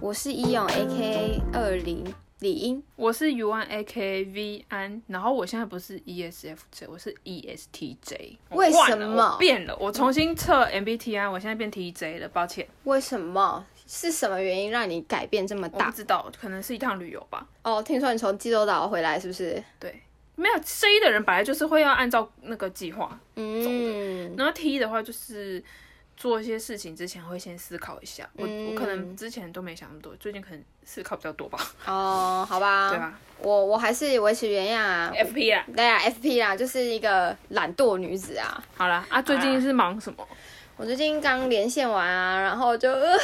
我是伊勇 A K A 二零李英。我是 U N A K V 安，然后我现在不是 E S F J，我是 E S T J。我为换什了么我变了，我重新测 M B T I，我现在变 T J 了，抱歉，为什么？是什么原因让你改变这么我不大？知道，可能是一趟旅游吧。哦，听说你从济州岛回来是不是？对，没有 C 的人本来就是会要按照那个计划，嗯，然后 T 的话就是做一些事情之前会先思考一下。我、我可能嗯之前都没想那么多，最近可能思考比较多吧，哦，好吧，对啊吧我我还是维持原样啊。 ？F P 啊，对啊，FP 啦，就是一个懒惰女子啊。好啦，啊，最近是忙什么？我最近刚连线完啊，然后就、呃、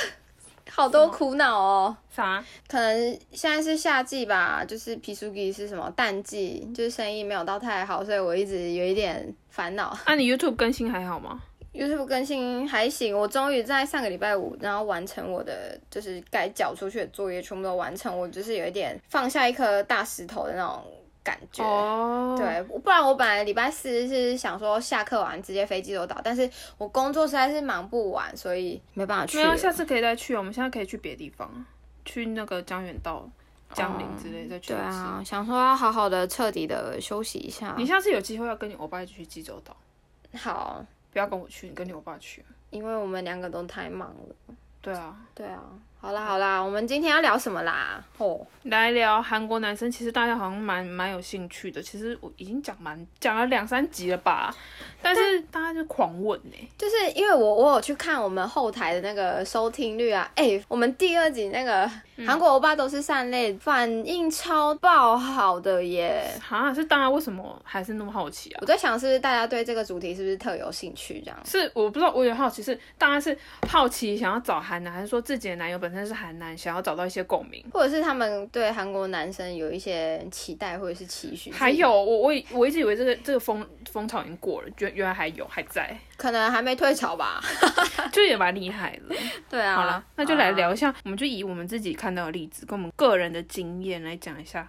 好多苦恼哦。啥？可能现在是夏季吧，就是皮苏吉是什么淡季，就是生意没有到太好，所以我一直有一点烦恼。啊，你 YouTube 更新还好吗？ YouTube 更新还行，我终于在上个礼拜五，然后完成我的就是该缴出去的作业全部都完成，我就是有一点放下一颗大石头的那种感觉。哦，对，不然我本来礼拜四是想说下课完直接飞济州岛，但是我工作实在是忙不完，所以没办法去没了。有，下次可以再去。我们现在可以去别的地方，去那个江原道、江陵之类，再去对一次。啊，想说要好好的、彻底的休息一下你。下次有机会要跟你欧巴一起去济州岛，好，不要跟我去，你跟你欧巴去。因为我们两个都太忙了。对啊，对啊，好啦好啦，我们今天要聊什么啦？哦，来聊韩国男生，其实大家好像蛮蛮有兴趣的。其实我已经讲蛮讲了两三集了吧，但是大家就狂问欸呢、就是因为我我有去看我们后台的那个收听率啊，哎、我们第二集那个嗯韩国欧巴都是善类，反应超爆好的耶。哈，是大家为什么还是那么好奇啊？我在想，是不是大家对这个主题是不是特有兴趣？这样是我不知道，我有点好奇是大家是好奇想要找韩男，还是说自己的男友本身是韩男，想要找到一些共鸣？或者是他们对韩国男生有一些期待或者是期许，还有，我我以我一直以为这个这个风风潮已经过了，原原来还有还在， 可能还没退潮吧？就也蛮厉害 了。对啊，好了，那就来好啊聊一下，我们就以我们自己看到的例子，跟我们个人的经验来讲一下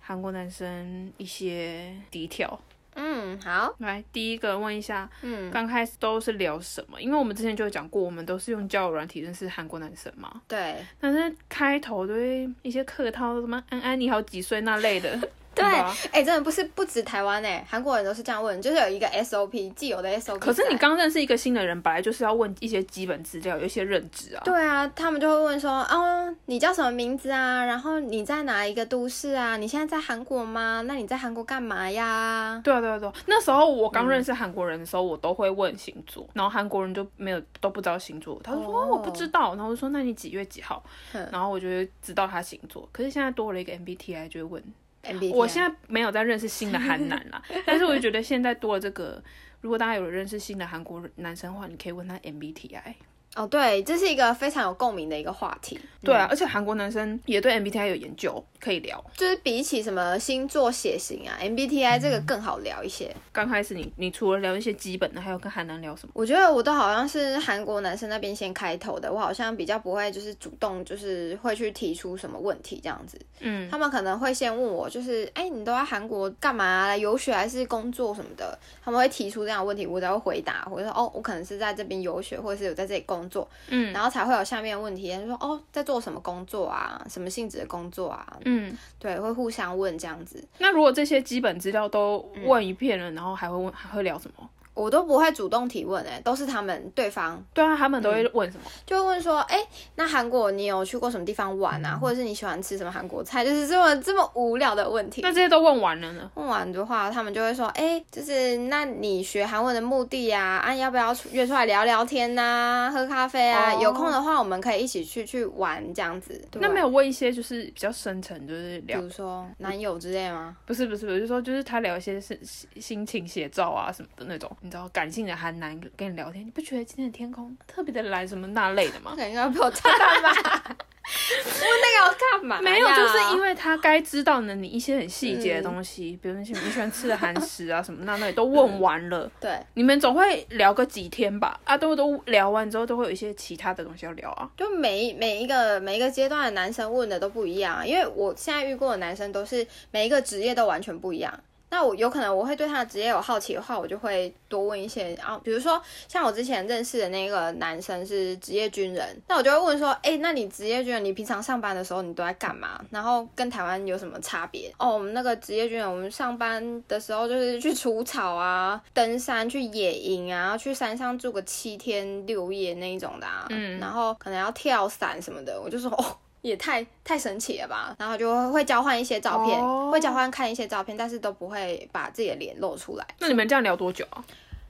韩国男生一些低调。 嗯，好，来，第一个问一下，嗯，刚开始都是聊什么？因为我们之前就有讲过，我们都是用交友软体认识韩国男生嘛，对但是开头都会一些客套，什么安安你好几岁那类的， 对，吧哎、真的不是不止台湾哎、韩国人都是这样问，就是有一个 SOP 既有的 SOP 在。可是你刚认识一个新的人，本来就是要问一些基本资料，有一些认知啊。对啊，他们就会问说，哦，你叫什么名字啊？然后你在哪一个都市啊？你现在在韩国吗？那你在韩国干嘛呀？对啊，对啊，对啊。那时候我刚认识韩国人的时候，我都会问星座，然后韩国人就没有都不知道星座，他就说、哦嗯哦、嗯我不知道，然后我就说那你几月几号哼，然后我就会知道他星座。可是现在多了一个 MBTI，就会问。 MBTI 我现在没有在认识新的韩男 啦，但是我就觉得现在多了这个，如果大家有认识新的韩国男生的话，你可以问他 MBTI。哦，对，这是一个非常有共鸣的一个话题。对啊，而且韩国男生也对 MBTI 有研究，可以聊。就是比起什么星座血型啊，MBTI 嗯这个更好聊一些。刚开始你你除了聊一些基本的，还有跟韩男聊什么？我觉得我都好像是韩国男生那边先开头的，我好像比较不会就是主动就是会去提出什么问题这样子。嗯，他们可能会先问我，就是哎、你都在韩国干嘛、啊？游学还是工作什么的？他们会提出这样的问题，我才会回答，或者说哦，我可能是在这边游学，或者是有在这里工作，嗯然后才会有下面的问题，就是说哦，在做什么工作啊？什么性质的工作啊？嗯，对，会互相问这样子。那如果这些基本资料都问一遍了，然后还会问还会聊什么？我都不会主动提问、欸，哎，都是他们对方对啊，他们都会问什么？就会问说，哎、那韩国你有去过什么地方玩嗯啊？或者是你喜欢吃什么韩国菜？就是这么这么无聊的问题那。这些都问完了呢？问完的话，他们就会说，哎、就是那你学韩文的目的呀、啊，要不要出约出来聊聊天呐、喝咖啡啊哦有空的话我们可以一起去去玩这样子。对那没有问一些就是比较深层，就是比聊如说男友之类 吗？不是不是，我就说就是他聊一些是心心情写照啊什么的那种，你知道感性的韩男跟你聊天，你不觉得今天的天空特别的蓝什么那类的吗他？ 可能要被我炸弹吧？ 问那个要干嘛呀？哎没有，就是因为他该知道呢，你一些很细节的东西，比如那些你喜欢吃的韩食啊什么那类都问完了，对。你们总会聊个几天吧？啊，都都聊完之后，都会有一些其他的东西要聊啊。就每一每一个每一个阶段的男生问的都不一样啊，因为我现在遇过的男生都是每一个职业都完全不一样。那我有可能我会对他的职业有好奇的话，我就会多问一些啊，比如说像我之前认识的那个男生是职业军人，那我就会问说，哎、那你职业军人，你平常上班的时候你都在干嘛？然后跟台湾有什么差别？哦，我们那个职业军人，我们上班的时候就是去除草啊、登山、去野营啊，去山上住个七天六夜那一种的、啊，嗯，然后可能要跳伞什么的，我就说哦。也太太神奇了吧！然后就会会交换一些照片哦会交换看一些照片，但是都不会把自己的脸露出来。那你们这样聊多久啊？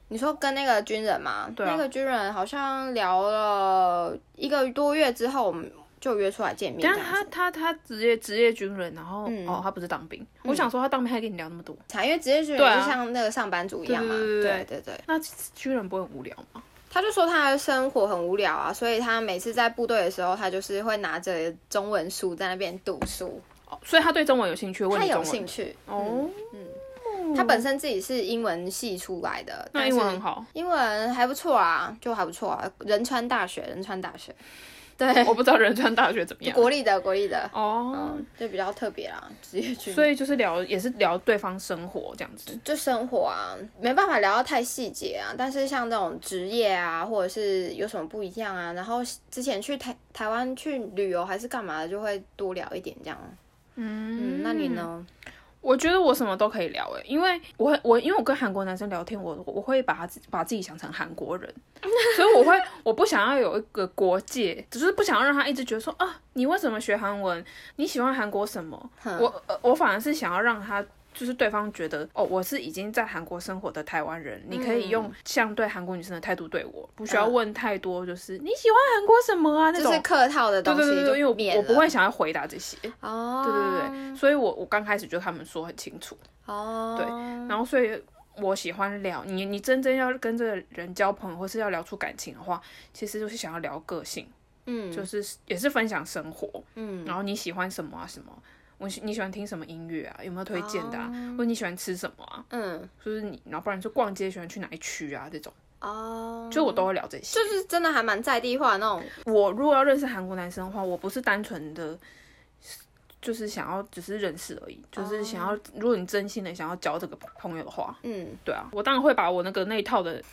你说跟那个军人吗？对啊那个军人好像聊了一个多月之后，我们就约出来见面这但样是子。嗯他他他职业职业军人，然后、哦，他不是当兵。我想说他当兵还跟你聊那么多，产业职业军对人啊就像那个上班族一样嘛，对对对对对对。那军人不会很无聊吗？他就说他的生活很无聊啊，所以他每次在部队的时候，他就是会拿着中文书在那边读书，哦，所以他对中文有兴趣，问他你中有文兴趣。嗯哦，他本身自己是英文系出来的，那但英文是很好。英文还不错啊，就还不错啊。仁川大学，仁川大学，对，我不知道仁川大学怎么样。国立的，国立的，哦，嗯，就比较特别啦，职业军人。所以就是聊，也是聊对方生活这样子。就生活啊，没办法聊到太细节啊。但是像这种职业啊，或者是有什么不一样啊，然后之前去台台湾去旅游还是干嘛的，就会多聊一点这样。嗯，那你呢？我觉得我什么都可以聊诶、因为我会我因为我跟韩国男生聊天，我我会把他自把自己想成韩 国人，所以我会我不想要有一个国界，只是不想要让他一直觉得说啊，你为什么学韩文？你喜欢韩国什么？我呃我反而是想要让他。就是对方觉得哦，我是已经在韩国生活的台湾人，你可以嗯用像对韩国女生的态度对我，不需要问太多，就是你喜欢韩国什么啊那就种是。客套的对东对西对就对，因为我免我了。不会想要回答这些。哦，对对对，所以我我刚开始就他们说很清楚，哦，对，然后所以我喜欢聊你，你真正要跟这个人交朋友或是要聊出感情的话，其实就是想要聊个性，嗯，就是也是分享生活，嗯，然后你喜欢什么啊什么。我喜你喜欢听什么音乐啊？有没有推荐的啊哦或者你喜欢吃什么啊？嗯，就是你，然后不然就逛街喜欢去哪一区啊？这种，哦，就我都会聊这些。就是真的还蛮在地化的那种。我如果要认识韩国男生的话，我不是单纯的，就是想要只是认识而已，就是想哦要，如果你真心的想要交这个朋友的话，嗯，对啊，我当然会把我那个那一套的，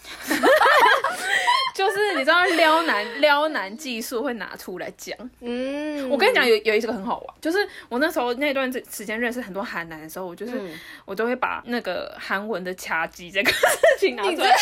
就是你知道撩男撩男技术会拿出来讲。嗯，我跟你讲，有有一个很好玩，就是我那时候那段时间认识很多韩男的时候，我就是、嗯我都会把那个韩文的掐机这个事情拿出来。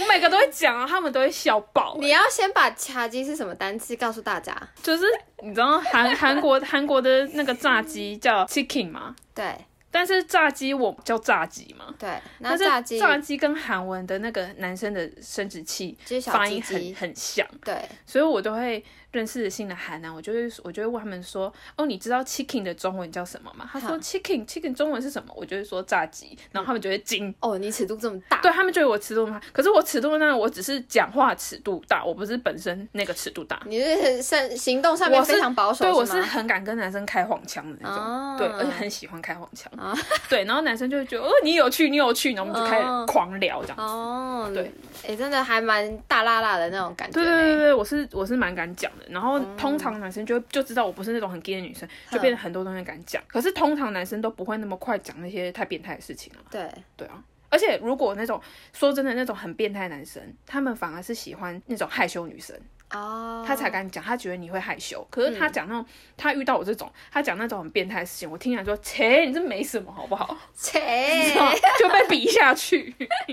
我每个都会讲啊，他们都会笑爆、欸你要先把掐鸡是什么单词告诉大家。就是你知道韩 韩国韩国的那个炸鸡叫 chicken 吗？对但是炸鸡我叫炸鸡嘛，对，那但是哦炸鸡炸鸡跟韩文的那个男生的生殖器就是小发鸡音很鸡，很像，对。所以我都会认识新的韩男，我就会我就会问他们说，哦，你知道 chicken 的中文叫什么吗？他说嗯 chicken chicken 中文是什么？我就会说炸鸡，然后他们就会惊。哦，你尺度这么大，对他们就有我尺度嘛，可是我尺度呢？我只是讲话尺度大，我不是本身那个尺度大。你是身行动上面我是非常保守，对，我是是吗很敢跟男生开黄腔的那种，哦对，而且很喜欢开黄腔，啊对，然后男生就会觉得哦你有趣，你有趣，然后我们就开哦始狂聊这样子。哦，对，哎、真的还蛮大辣辣的那哦种感觉对呢，对对对，我是我是蛮敢讲的，然后通常男生就就知道我不是那种很 gay 的女生，就变得很多东西敢讲。可是通常男生都不会那么快讲那些太变态的事情了、啊，对对啊。而且如果那种说真的那种很变态的男生，他们反而是喜欢那种害羞女生，哦，嗯他才敢讲，他觉得你会害羞。可是他讲那种，他遇到我这种，他讲那种很变态的事情，我听起来说，切，你这没什么好 不好？切， 就被比下去，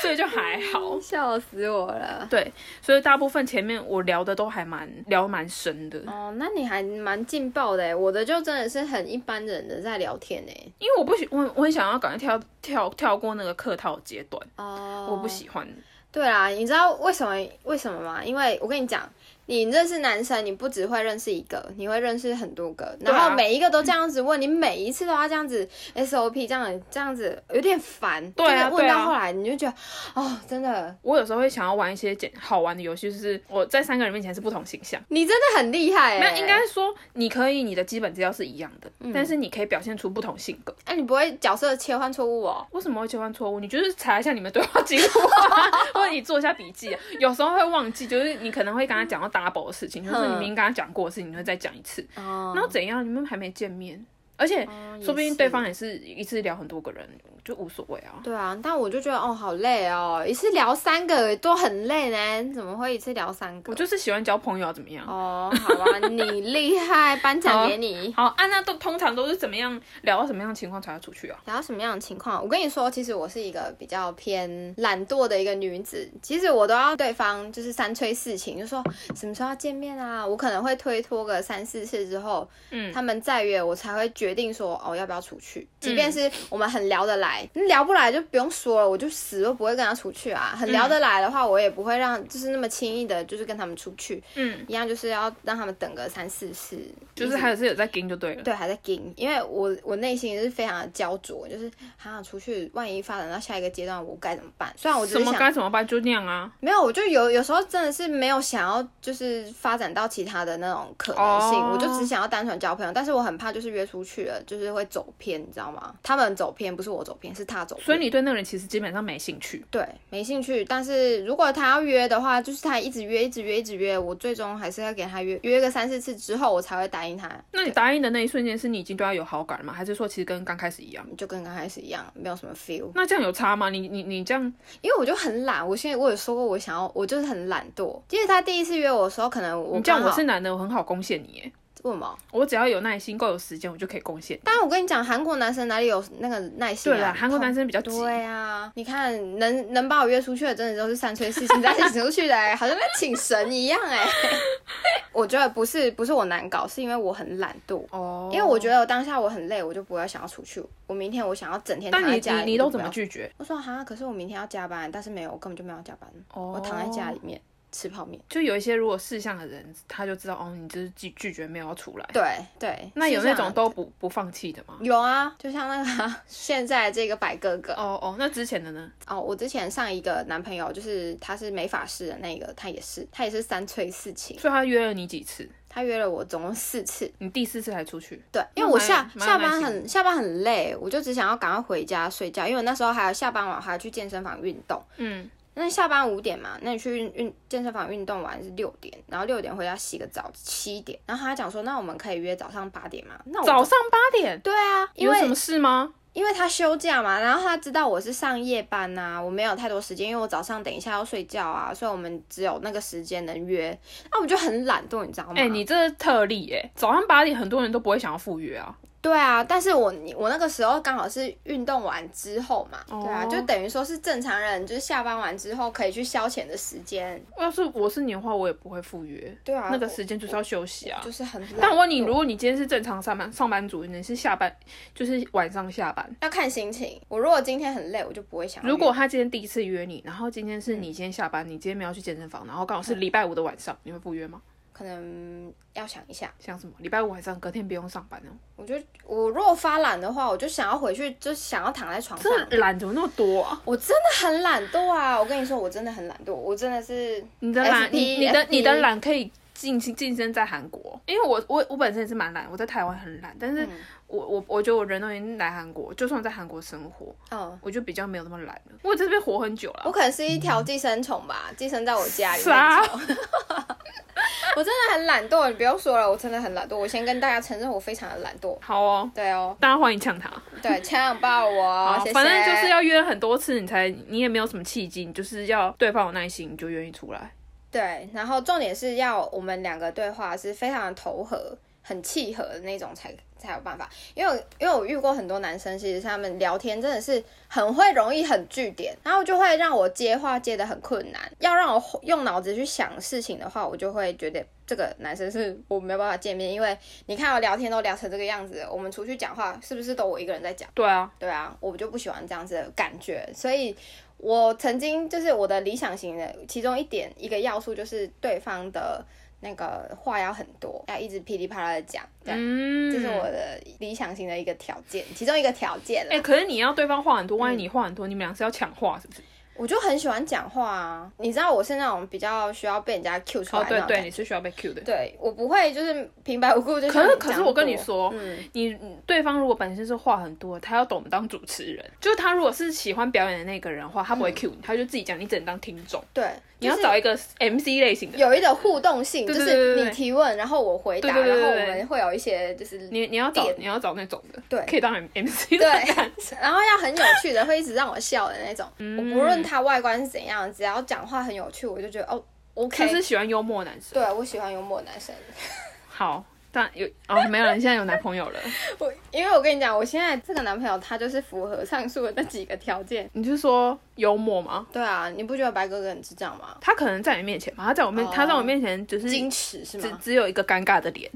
所以就还好。笑死我了。对，所以大部分前面我聊的都还蛮聊得蛮深的，哦，那你还蛮劲爆的哎，我的就真的是很一般人的在聊天哎。因为我不喜我我很想要赶快跳跳跳过那个客套阶段，哦，我不喜欢。对啦，你知道为什么为什么吗？因为我跟你讲，你认识男生，你不只会认识一个，你会认识很多个，对啊然后每一个都这样子问，你每一次都要这样子 SOP 这样这样子，有点烦。对啊就是问对到啊后来你就觉得，哦，真的，我有时候会想要玩一些简好玩的游戏，就是我在三个人面前是不同形象。你真的很厉害哎、嗯那应，该说，你可以你的基本资料是一样的，但是你可以表现出不同性格。哎、你不会角色切换错误哦。为什么会切换错误？你就是查一下你们对话记录、啊， 或者你做一下笔记、啊。有时候会忘记，就是你可能会跟他嗯讲到 double 的事情，就是你明明跟他讲过的事情，你会再讲一次。哦然后怎样？你们还没见面，而且哦说不也定是对方也是一次聊很多个人，就无所谓啊。对啊，但我就觉得哦，好累哦，一次聊三个都很累呢，怎么会一次聊三个我？就是喜欢交朋友啊，怎么样？哦，好啊，你厉害，颁奖给你。好，啊，那都通常都是怎么样聊到什么样的情况才要出去啊？聊到什么样的情况？我跟你说，其实我是一个比较偏懒惰的一个女子。其实我都要对方就是三催四请，就说什么时候要见面啊？我可能会推脱个三四次之后，嗯他们再约我才会决定说哦要不要出去。即嗯便是我们很聊得来，嗯聊不来就不用说了，我就死都不会跟他出去啊。很嗯聊得来的话，我也不会让就是那么轻易的，就是跟他们出去。嗯，一样就是要让他们等个三四次，就是还是有在跟就对了。对，还在盯，因为我我内心是非常的焦灼，就是啊，出去万一发展到下一个阶段，我该怎么办？虽然我只什是么想，该怎么办就那样啊。没有，我就有有时候真的是没有想要，就是发展到其他的那种可能性，哦我就只想要单纯交朋友，但是我很怕就是约出去了，就是会走偏，你知道吗？他们走偏不是我走偏，是他走偏。所以你对那个人其实基本上没兴趣。对，没兴趣。但是如果他要约的话，就是他一直约，一直约，一直约，我最终还是要给他约约个三四次之后，我才会答应他。那你答应的那一瞬间，是你已经对他有好感了吗？还是说其实跟刚开始一样？就跟刚开始一样，没有什么 feel。那这样有差吗？你你你这样，因为我就很懒，我现在我有说过，我想要，我就是很懒惰。其实他第一次约我的时候，可能我你这样刚我好是男的，我很好攻陷你耶。为什么？我只要有耐心，够有时间，我就可以攻陷你。但我跟你讲，韩国男生哪里有那个耐心、啊？对啦，韩国男生比较急。对啊，你看能能把我约出去的，真的都是三催四请再请出去的、欸，好像在请神一样 哎、我觉得不是不是我难搞，是因为我很懒惰。哦因为我觉得当下我很累，我就不会想要出去。我明天我想要整天躺但在你家里。你你我就都不怎么要？拒绝？我说哈，可是我明天要加班，但是没有，我根本就没有要加班，哦我躺在家里面吃泡面。就有一些如果事项的人，他就知道哦，你就是拒拒绝没有要出来。对对，那是有这那样种都不不放弃的吗？有啊，就像那个、啊、 现在这个白哥哥哦哦，那之前的呢？哦，我之前上一个男朋友就是他是美发师的那个，他也是他也是三催四请，所以他约了你几次？他约了我总共四次。你第四次才出去？对，因为那我蛮下蛮有下耐班心很下班很累，我就只想要赶快回家睡觉，因为我那时候还有下班晚还要去健身房运动。嗯，那下班五点嘛，那你去运运健身房运动完是六点，然后六点回家洗个澡七点，然后他讲说那我们可以约早上八点嘛？那我早上八点，对啊，因有为什么事吗？因为他休假嘛，然后他知道我是上夜班呐、我没有太多时间，因为我早上等一下要睡觉啊，所以我们只有那个时间能约。那我就很懒惰，你知道吗？哎、你这是特例哎、早上八点很多人都不会想要赴约啊。对啊，但是我你我那个时候刚好是运动完之后嘛，哦对啊，就等于说是正常人就是下班完之后可以去消遣的时间。要是我是你的话，我也不会赴约。对啊，那个时间就是要休息啊我。就是很懒。但我问你，如果你今天是正常上班上班族，你是下班就是晚上下班。要看心情，我如果今天很累，我就不会想要约。如果他今天第一次约你，然后今天是你今天下班，你今天没有去健身房，然后刚好是礼拜五的晚上，你会赴约吗？可能要想一下，像什么礼拜五晚上隔天不用上班哦，我就我如果发懒的话，我就想要回去，就想要躺在床上。这懒怎么那么多啊？我真的很懒惰啊！我跟你说，我真的很懒惰，我真的是你的 FP 懒，你你的 FP 你的懒可以晋升晋升在韩国，因为我我我本身也是蛮懒，我在台湾很懒，但是嗯我我我觉得我人都已经来韩国，就算我在韩国生活，嗯，我就比较没有那么懒了。我在这边活很久了，我可能是一条寄生虫吧，寄生在我家里面。啥？我真的很懒惰，你不用说了，我真的很懒惰。我先跟大家承认，我非常的懒惰。 好哦，对哦，大家欢迎呛他。对，强爆我，好谢谢。反正就是要约很多次，你才你也没有什么契机，你就是要对方有耐心，你就愿意出来。对，然后重点是要我们两个对话是非常的投合、很契合的那种才才有办法。因为我因为我遇过很多男生，其实他们聊天真的是很会容易很据点，然后就会让我接话接的很困难。要让我用脑子去想事情的话，我就会觉得。这个男生是我没有办法见面，因为你看我聊天都聊成这个样子，我们出去讲话是不是都我一个人在讲？对啊，对啊，我就不喜欢这样子的感觉，所以我曾经就是我的理想型的其中一点一个要素就是对方的那个话要很多，要一直噼里啪啦的讲，这样、嗯，这是我的理想型的一个条件，其中一个条件啦。嗯哎哎、可是你要对方话很多，万一你话很多，你们俩是要抢话是不是？我就很喜欢讲话啊。你知道我是那种比较需要被人家 cue 出来哦，的对那种对，感你觉，是需要被 Q 的。对我不会就是平白无故就像可是你可是讲我跟你过嗯说，你你对方如果本身是话很多，他要懂得当主持人，就是他如果是喜欢表演的那个人的话，他不会 Q 你，他就自己讲，你只能当听众。对，嗯就你要是找一个 MC 类型的，有一种互动性，就对对对是对你对提问，然后我回答，对对对然后对我对们会有一些就是你你要找点你要找那种的，对可以当 MC 的对感觉。， 嗯然后要很有趣的，会一直让我笑的那种。我不论他外观是怎样，只要讲话很有趣，我就觉得哦就，OK。是喜欢幽默男生。对，我喜欢幽默男 生。好，但有哦，没有人现在有男朋友了。我 因为我跟你讲，我现在这个男朋友他就是符合上述的那几个条件。你是说幽默吗？对啊，你不觉得白哥哥很智障吗？他可能在你面前吧，他在我面，哦他在我面前只是矜持是只吗？只有一个尴尬的脸。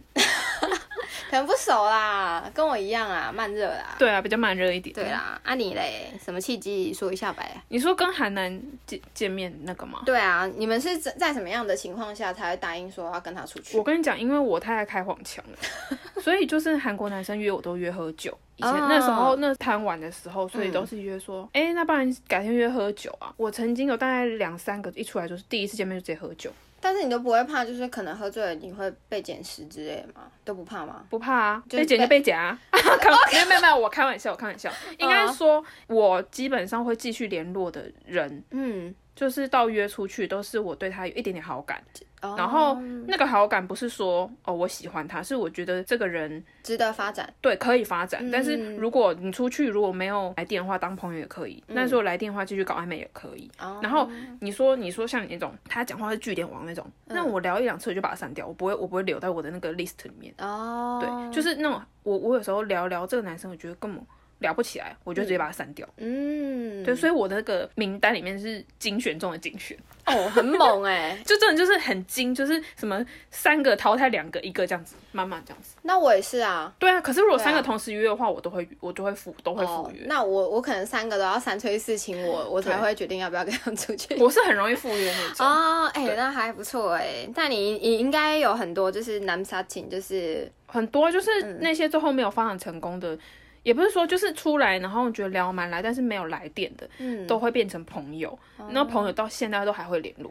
可能不熟啦，跟我一样啊，慢热啦。对啊，比较慢热一点。对，啦，啊你嘞，什么契机说一下呗？你说跟韩南见见面那个吗？对啊，你们是在在什么样的情况下才会答应说要跟他出去我？跟你讲，因为我太爱开黄腔了，所以就是韩国男生约我都约喝酒。以前哦那时候那贪玩的时候，所以嗯都是约说，哎、那不然改天约喝酒啊。我曾经有大概两三个一出来就是第一次见面就直接喝酒，但是你都不会怕，就是可能喝醉了你会被捡尸之类的吗？都不怕吗？不怕啊，就是被剪就被剪啊！ 开没有没有没有，我开玩笑，我开玩笑。应该嗯说，我基本上会继续联络的人，嗯，就是到约出去都是我对他有一点点好感，哦然后那个好感不是说哦我喜欢他，是我觉得这个人值得发展。对可以发展。但嗯是如果你出去如果没有来电的话，当朋友也可以；那如果来电的话，继续搞暧昧也可以。哦然后你说你说像你那种他讲话是据点王那种，嗯那我聊一两次我就把他删掉，我不会我不会留在我的那个 list 里面。哦，对，就是那种我我有时候聊聊这个男生，我觉得根本聊不起来，我就直接把他删掉。嗯，对，所以我的那个名单里面是精选中的精选， 哦，很猛哎、就真的就是很精，就是什么三个淘汰两个，一个这样子，慢慢这样子。 那我也是啊。对啊，可是如果三对个啊同时约的话，我都会我都会赴都会赴哦约，，那我我可能三个都要三催四请我，我才对会决定要不要跟他们出 去。我是很容易赴约那种。哦，哎、那还不错哎、但你你应该有很多就是男杀情，就是很多就是那些最后没有发展成功嗯的，也不是说就是出来然后觉得聊蛮来，但是没有来电的，嗯哦都会变成朋友。那朋友到现在都还会联络。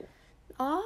嗯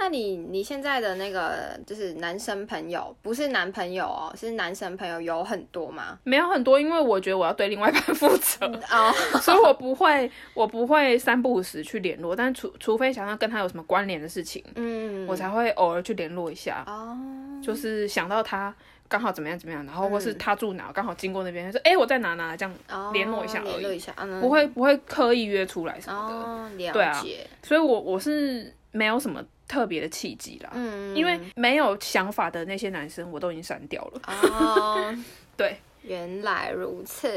那你你现在的那个就是男生朋友，不是男朋友哦，是男生朋友有很多 吗？没有很多，因为我觉得我要对另外一半负责，哦， 所以我不会，我不会三不五时去联络，但除除非想要跟他有什么关联的事情，嗯，我才会偶尔去联络一下，哦，就是想到他刚好怎么样怎么样，然嗯后或是他住哪，刚好经过那边，就说哎、我在哪哪这样哦联络一下而联络一已，下，嗯，不会不会刻意约出来什么的，哦，了对啊解，所以我我是没有什么特别的契机啦，嗯，因为没有想法的那些男生我都已经删掉了，哦， 对，原来如此，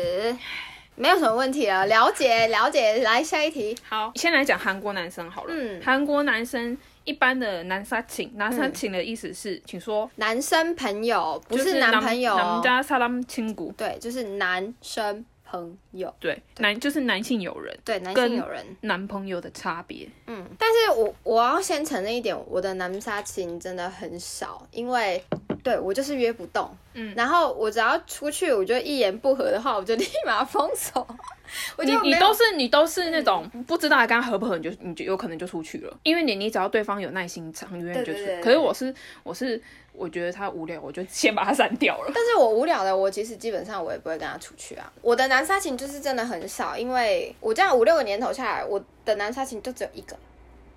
没有什么问题了，了解了解，来下一题，好，先来讲韩国男生好了。嗯韩国男生一般的男杀请，男杀请的意思是，请说，男生朋友不就是男朋友男哦，家萨拉姆亲骨，对，就是男生朋友，对，男就是男性友人，对，男跟性友人。男朋友的差别。嗯，但是我我要先承认一点，我的男杀情真的很少，因为对我就是约不动，嗯，然后我只要出去，我就一言不合的话，我就立马封 锁，我你就你没有都是你都是那种不知道跟他合不合，你就你就有可能就出去了，因为你你只要对方有耐心长约你就对对去。对可是我是我是我觉得他无聊，我就先把他删掉了。但是我无聊的，我其实基本上我也不会跟他出去啊。我的男杀情就是真的很少，因为我这样五六个年头下来，我的男杀情就只有一个，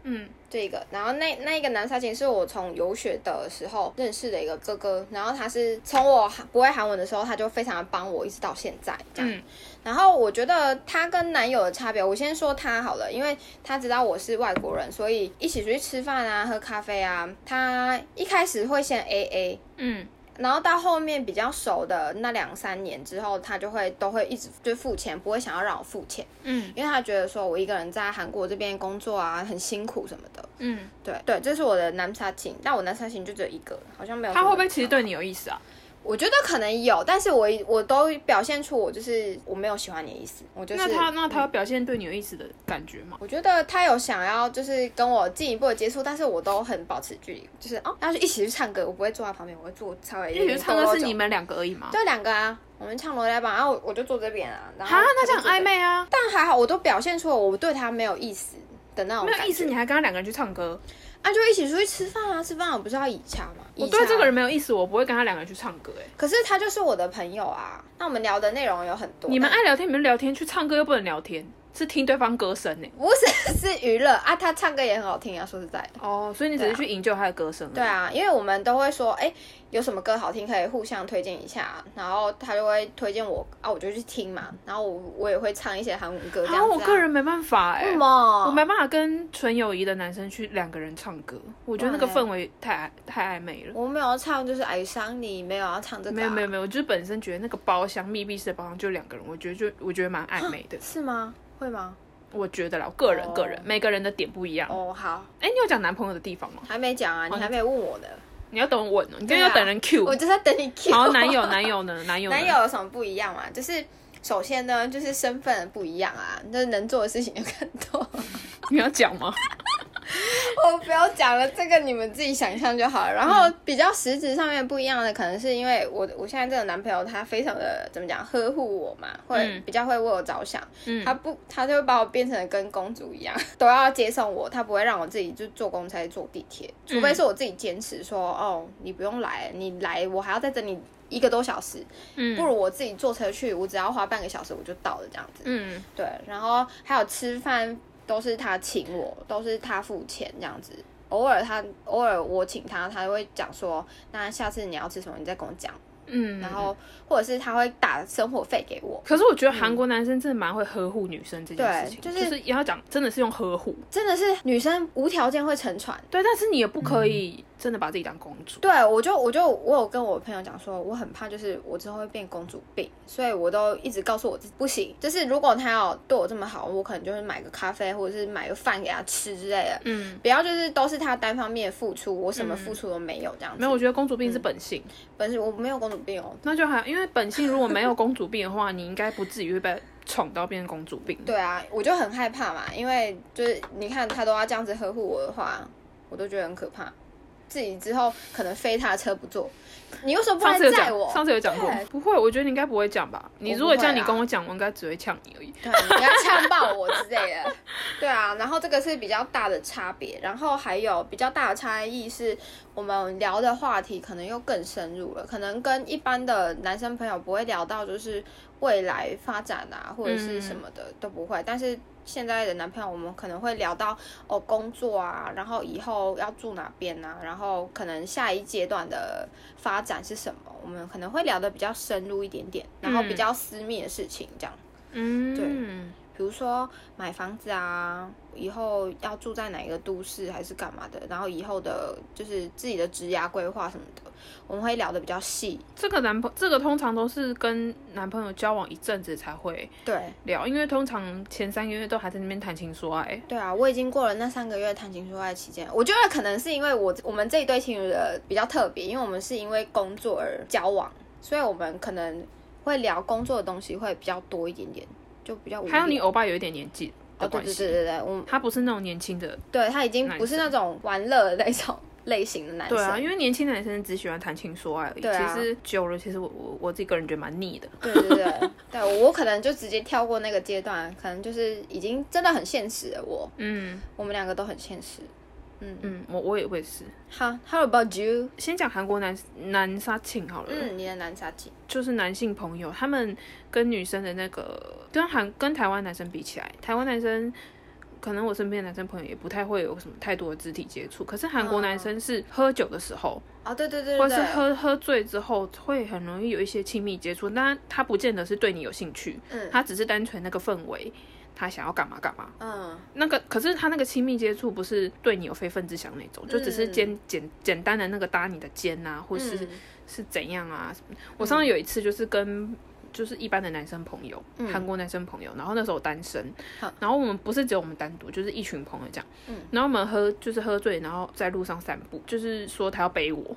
嗯，就一个。然后那那一个男杀情是我从游学的时候认识的一个哥哥，然后他是从我不会韩文的时候，他就非常的帮我，一直到现在这样。嗯然后我觉得他跟男友的差别，我先说他好了，因为他知道我是外国人，所以一起出去吃饭啊、喝咖啡啊，他一开始会先 A A。嗯，然后到后面比较熟的那两三年之后，他就会都会一直就付钱，不会想要让我付钱，嗯因为他觉得说我一个人在韩国这边工作啊，很辛苦什么的。嗯，对对，这是我的男杀情，但我男杀情就只有一个，好像没有什他么。会不会其实对你有意思啊？我觉得可能有，但是我我都表现出我就是我没有喜欢你的意思，我就是那他那他表现对你有意思的感觉吗？我觉得他有想要就是跟我进一步的接触，但是我都很保持距离，就是哦，要是一起去唱歌，我不会坐在旁边，我会坐稍微因为唱兜歌兜是走你们两个而已吗？就两个啊，我们唱罗莱吧，然后我我就坐这边啊，然后哈，那他这就样坐这暧昧啊，但还好我都表现出了我对他没有意思的那种没感觉，有意思，你还跟他两个人去唱歌？啊，就一起出去吃饭啊，吃饭我不是要以洽吗？我以对洽这个人，没有意思，我不会跟他两个人去唱歌。哎，可是他就是我的朋友啊，那我们聊的内容有很多，你们但爱聊天，你们聊天去唱歌又不能聊天，是听对方歌声呢。欸不是是娱乐啊，他唱歌也很好听啊，说实在的。哦，所以你只是去营救他的歌声。啊对，啊，因为我们都会说，哎、有什么歌好听可以互相推荐一下，然后他就会推荐我啊，我就去听嘛，然后我我也会唱一些韩文歌这样啊，子、啊。我个人没办法为哎什。么？我没办法跟纯友谊的男生去两个人唱歌，我觉得那个哇氛围太太暧昧了。我没有唱，就是爱上你，没有要唱这个、啊。没有没有没有，我就是本身觉得那个包厢密闭式的包厢就两个人，我觉得就我觉得蛮暧昧的。是吗？会吗？我觉得啦，我个人嗯哦个人每个人的点不一样。哦，好，哎，你有讲男朋友的地方吗？还没讲啊，哦你还没有问我呢，你要等我问哦，你今对啊天要等人 Q 我。就在等你 Q。好，男友男友 呢？男友呢男友有什么不一样嘛？就是首先呢，就是身份不一样啊，就是能做的事情就更多。 你要讲吗？我不要讲了，这个你们自己想象就好了。然嗯后比较实质上面不一样的，可能是因为我我现在这个男朋友他非常的怎么讲呵护我嘛，会嗯比较会为我着想。嗯他不，他就会把我变成跟公主一样，都要接送我，他不会让我自己就坐公车坐地铁，嗯除非是我自己坚持说，哦，你不用来，你来我还要再等你一个多小时，嗯不如我自己坐车去，我只要花半个小时我就到了这样子。嗯，对，然后还有吃饭都是他请我，都是他付钱这样子。偶尔他偶尔我请他，他会讲说，那下次你要吃什么，你再跟我讲。嗯，然后或者是他会打生活费给我，可是我觉得韩国男生真的蛮会呵护女生这件事情，嗯对就就是也要讲，真的是用呵护。真的是女生无条件会沉船。对，但是你也不可嗯以真的把自己当公主。对，我就我就我有跟我朋友讲说，我很怕就是我之后会变公主病，所以我都一直告诉我自己不行。就是如果他要对我这么好，我可能就是买个咖啡或者是买个饭给他吃之类的，嗯，不要就是都是他单方面付出，我什么付出都没有这样子。没有，我觉得公主嗯病是本性，本身我没有公主病哦。那就还因为本性如果没有公主病的话，你应该不至于会被宠到变成公主病。对啊，我就很害怕嘛，因为就是你看他都要这样子呵护我的话，我都觉得很可怕。自己之后可能非他的车不坐，你又哦说不上来次有载讲，我，上次有讲过对，不会，我觉得你应该不会讲吧？你我如不果会啊这样，你啦跟我讲，我应该只会呛你而已。对，你要呛爆我之类的。对啊，然后这个是比较大的差别，然后还有比较大的差异是我们聊的话题可能又更深入了，可能跟一般的男生朋友不会聊到就是未来发展啊或者是什么的都不会，但是。现在的男朋友，我们可能会聊到哦工作啊，然后以后要住哪边啊，然后可能下一阶段的发展是什么，我们可能会聊得比较深入一点点，然后比较私密的事情这样。嗯，比如说买房子啊，以后要住在哪一个都市还是干嘛的，然后以后的就是自己的职涯规划什么的，我们会聊得比较细。这个男朋这个通常都是跟男朋友交往一阵子才会对，聊，因为通常前三个月都还在那边谈情说爱。对啊，我已经过了那三个月谈情说爱期间，我觉得可能是因为我我们这一对情侣的比较特别，因为我们是因为工作而交往，所以我们可能会聊工作的东西会比较多一点点，就比较无聊还有你欧巴有一点年纪哦，的对关对系，对对对，我他不是那种年轻的，对他已经男不是那种玩乐的那种 类型的男生，对啊，因为年轻男生只喜欢谈情说爱而已。对啊其实久了，其实我我我自己个人觉得蛮腻的。对对对，对我可能就直接跳过那个阶段，可能就是已经真的很现实了。我嗯我们两个都很现实。嗯，嗯，我我也我也是。好，How about you？先讲韩国男男杀情好了，嗯，你的男杀技就是男性朋友，他们跟女生的那个跟韩跟台湾男生比起来，台湾男生可能我身边的男生朋友也不太会有什么太多的肢体接触，可是韩嗯国男生是喝酒的时候，哦，对对对或对者是对，喝喝醉之后，会很容易有一些亲密接触，但他不见得是对你有兴趣，嗯他只是单纯那个氛围。他想要干嘛干嘛，嗯那个可是他那个亲密接触不是对你有非分之想那种，就只是嗯简简简单的那个搭你的肩啊，或是嗯是怎样啊？什么我上次有一次就是跟就是一般的男生朋友，嗯韩、国男生朋友，然后那时候我单身好，然后我们不是只有我们单独，就是一群朋友这样，嗯然后我们喝就是喝醉，然后在路上散步，就是说他要背我，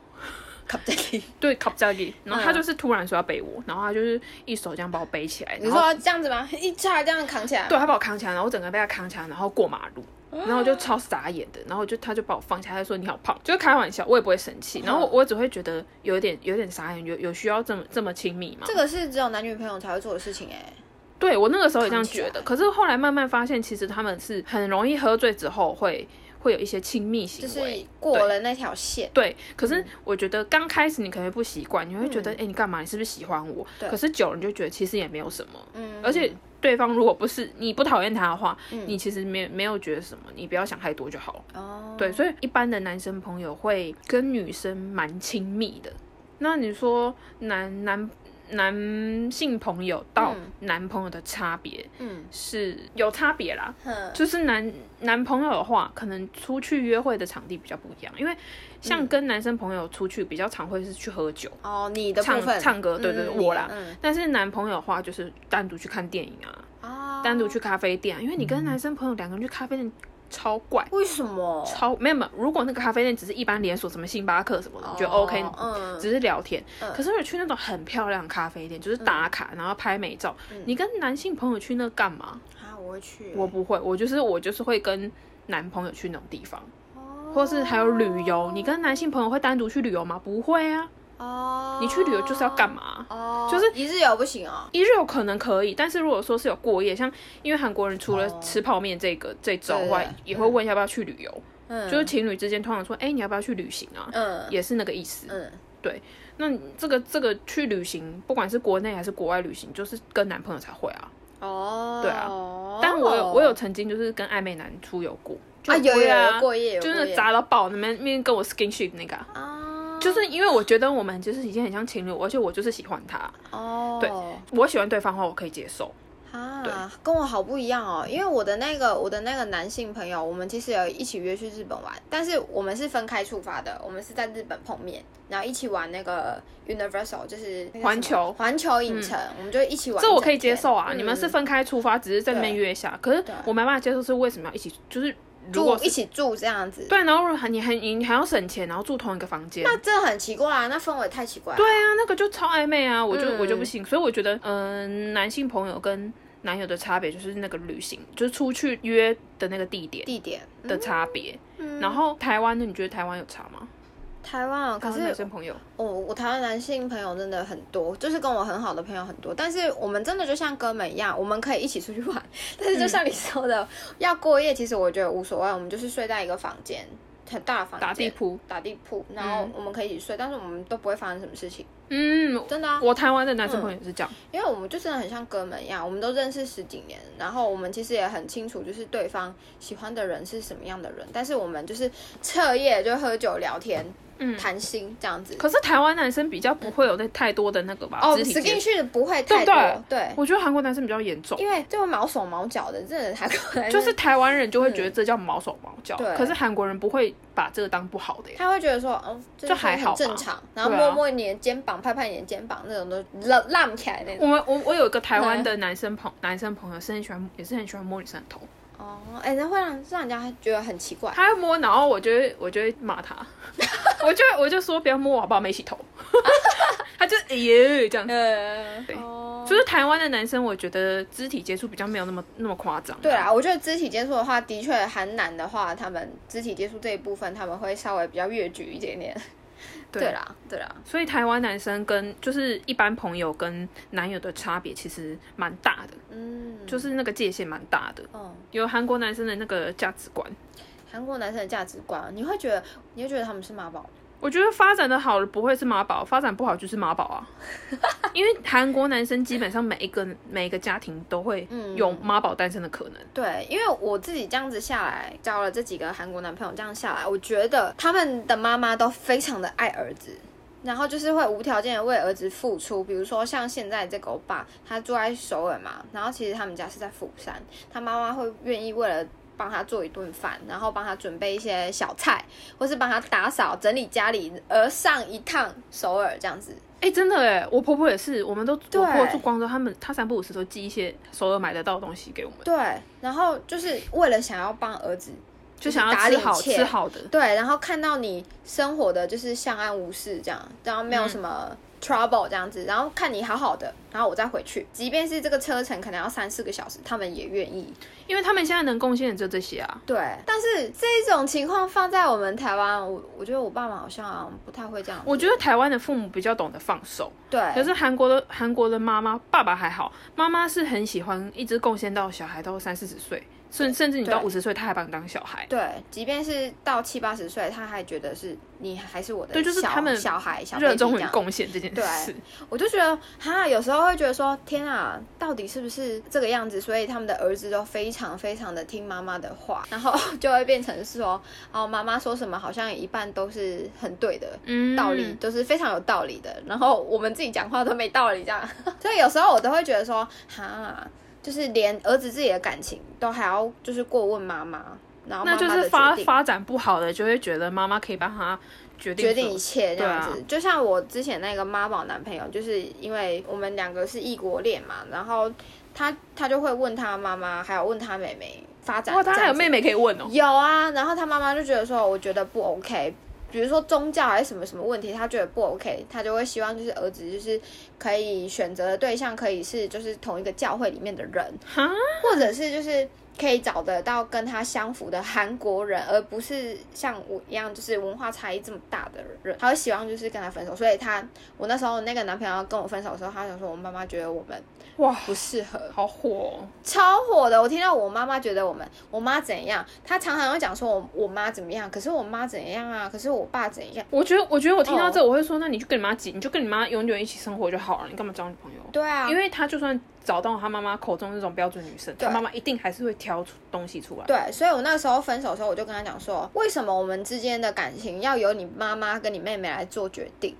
卡在里。对 k a p j a g i 嗯然后他就是突然说要背我，然后他就是一手这样把我背起来， 你然后说这样子吗？一叉这样扛起来，对他把我扛起来，然后我整个被他扛起来，然后过马路。啊然后我就超傻眼的，然后我就他就把我放下，他说你好胖，就是开玩笑，我也不会生嗯气，然后我我只会觉得有点有点傻眼，有有需要这么这么亲密吗？这个是只有男女朋友才会做的事情哎、对我那个时候也这样觉扛起得，来可是后来慢慢发现，其实他们是很容易喝醉之后会会有一些亲密行就为，是嗯过了那条线。对，可是我觉得刚开始你可能会不习惯，你会觉得，哎、你干嘛？你是不是喜欢我？嗯对可是久了你就觉得其实也没有什么，嗯，而且对方如果不是你不讨厌他的话，你其实没没有觉得什么，你不要想太多就好了。哦，对，所以一般的男生朋友会跟女生蛮亲密的。那你说男男男性朋友到男朋友的差别嗯是有差别啦，哼，就是男男朋友的话，可能出去约会的场地比较不一样，因为像跟男生朋友出去比较常会是去喝酒、哦，你的嗯部唱分唱歌，对对对，嗯我啦。嗯但是男朋友的话，就是单独去看电影啊，哦，嗯单独去咖啡店、啊，因为你跟男生朋友两个人去咖啡店超怪。为什么？超没有没有，如果那个咖啡店只是一般连锁，什么星巴克什么的，我觉得 OK，、哦嗯，只是聊天。嗯可是我去那种很漂亮的咖啡店，就是打卡、然后拍美照，嗯你跟男性朋友去那干嘛？啊，我会去，我不会，我就是我就是会跟男朋友去那种地方，或是还有旅游。你跟男性朋友会单独去旅游吗？不会啊，哦，你去旅游就是要干嘛？哦，就是一日游不行哦，一日有可能可以，但是如果说是有过夜，像因为韩国人除了哦吃泡面这个这周对外对，也会问要不要去旅游，嗯，就是情侣之间通常说，哎、你要不要去旅行啊？嗯也是那个意思。嗯，那你这个这个去旅行，不管是国内还是国外旅行，就是跟男朋友才会啊。哦，对啊，但我有我有曾经就是跟暧昧男出游过，就啊有有我也有啊过夜，有就过是夜砸到爆，那边那边跟我 skinship 那个啊、啊，就是因为我觉得我们就是已经很像情侣，而且我就是喜欢他，哦，对。我喜欢对方的话，我可以接受。啊，跟我好不一样哦，因为我的那个我的那个男性朋友，我们其实有一起约去日本玩，但是我们是分开出发的，我们是在日本碰面，然后一起玩那个 Universal，就是那个什么环球嗯环球影城，我们就一起玩。这我可以接受啊，嗯你们是分开出发，只是在那边约一下，可是对我没办法接受是为什么要一起，就是如住果一是起住这样子，对，然后如果你还你还要省钱，然后住同一个房间，那这很奇怪啊，那氛围太奇怪了。对啊，那个就超暧昧啊，我就、嗯我就不行，所以我觉得，嗯、男性朋友跟男友的差别就是那个旅行，就是出去约的那个地点地点，嗯的差别。然后台湾的，你觉得台湾有差吗？台湾啊，可台湾男是生朋友，我我台湾男性朋友真的很多，就是跟我很好的朋友很多，但是我们真的就像哥们一样，我们可以一起出去玩， 但是就像你说嗯的，要过夜，其实我觉得无所谓，我们就是睡在一个房间，很大的房间，打地铺，打地铺，然后我们可以一起睡，但是我们都不会发生什么事情，嗯，真的啊，我台湾的男生朋友也是这样，因为我们就真的很像哥们一样，我们都认识十几年，然后我们其实也很清楚，就是对方喜欢的人是什么样的人，但是我们就是彻夜就喝酒聊天，嗯谈心这样子。可是台湾男生比较不会有那太多的那个吧，哦肢体接，skin 触。是不会太对不多，对？对我觉得韩国男生比较严重，因为这种毛手毛脚的，真的还可能就是台湾人就会觉得这叫毛手毛脚，嗯对可是韩国人不会把这个当不好的耶。他会觉得说，哦，这就还好吧很正常，然后对啊摸摸你的肩膀，拍拍你的肩膀，那种都浪浪起来那种。我们我我有一个台湾的男生朋男生朋友是很喜欢，也是很喜欢摸女生的头，哦，嗯哎，那会让让人家觉得很奇怪。他会摸，然后我就会我就会骂 他，我就我就说不要摸我好不好，没洗头，他就哎呦这样子。呃，对哦就是台湾的男生，我觉得肢体接触比较没有那么那么夸张、对啊，，我觉得肢体接触的话，的确韩男的话，他们肢体接触这一部分，他们会稍微比较越矩一点点。对对啦，对啦，所以台湾男生跟就是一般朋友跟男友的差别其实蛮大的，嗯，就是那个界限蛮大的。嗯，有韩国男生的那个价值观，韩国男生的价值观，你会觉得，你会觉得他们是妈宝我觉得发展的好的不会是妈宝，发展不好就是妈 宝啊。因为韩国男生基本上每一个每一个家庭都会嗯有妈宝诞生的可能。对，因为我自己这样子下来，交了这几个韩国男朋友，这样下来，我觉得他们的妈妈都非常的爱儿子，然后就是会无条件的为儿子付出。比如说像现在这个欧巴，他住在首尔嘛，然后其实他们家是在釜山，他妈妈会愿意为了。帮他做一顿饭，然后帮他准备一些小菜，或是帮他打扫整理家里，而上一趟首尔这样子。哎、真的哎，我婆婆也是，我们都对我婆婆住光州，他们她三不五时都寄一些首尔买得到的东西给我们。对，然后就是为了想要帮儿子就想要打吃领好切吃好的，对，然后看到你生活的就是相安无事这样，然后没有什么嗯 trouble 这样子，然后看你好好的，然后我再回去，即便是这个车程可能要三四个小时，他们也愿意。因为他们现在能贡献的就这些啊。对，但是这种情况放在我们台湾，我我觉得我爸妈好像不太会这样。我觉得台湾的父母比较懂得放手，对，可是韩国的韩国的妈妈爸爸还好，妈妈是很喜欢一直贡献到小孩到三四十岁，甚甚至你到对五十岁，他还把你当小孩。对，即便是到七八十岁，他还觉得是你还是我的小对就是他们小孩小 baby 热这衷于样。贡献这件事，我就觉得哈，有时候会觉得说，天啊，到底是不是这个样子？所以他们的儿子都非常非常的听妈妈的话，然后就会变成是说，哦，妈妈说什么好像一半都是很对的。嗯，道理都是非常有道理的，然后我们自己讲话都没道理这样，所以有时候我都会觉得说，哈，就是连儿子自己的感情都还要就是过问妈妈，然后妈妈那就的是发决定发展不好的，就会觉得妈妈可以帮他决定决定什一么切这样子对。啊就像我之前那个妈宝男朋友，就是因为我们两个是异国恋嘛，然后他他就会问他妈妈，还有问他妹妹发展。哇，他还有妹妹？妹可以问哦。有啊，然后他妈妈就觉得说，我觉得不 OK。比如说宗教还是什么什么问题，他觉得不 OK，他就会希望就是儿子就是可以选择的对象可以是就是同一个教会里面的人，哈，或者是就是可以找得到跟他相符的韩国人，而不是像我一样就是文化差异这么大的人，他会希望就是跟他分手。所以他，我那时候那个男朋友跟我分手的时候，他想说我妈妈觉得我们哇，不适合，好火、哦！超火的。我听到我妈妈觉得我们我妈怎样，她常常会讲说我我妈怎么样，可是我妈怎样啊，可是我爸怎样。我觉得，我觉得我听到哦这，我会说，那你就跟你妈挤，你就跟你妈永久一起生活就好了，你干嘛交女朋友？对啊，因为她就算找到她妈妈口中那种标准女生，对她妈妈一定还是会挑出东西出来。对，所以我那个时候分手的时候，我就跟他讲说，为什么我们之间的感情要由你妈妈跟你妹妹来做决定？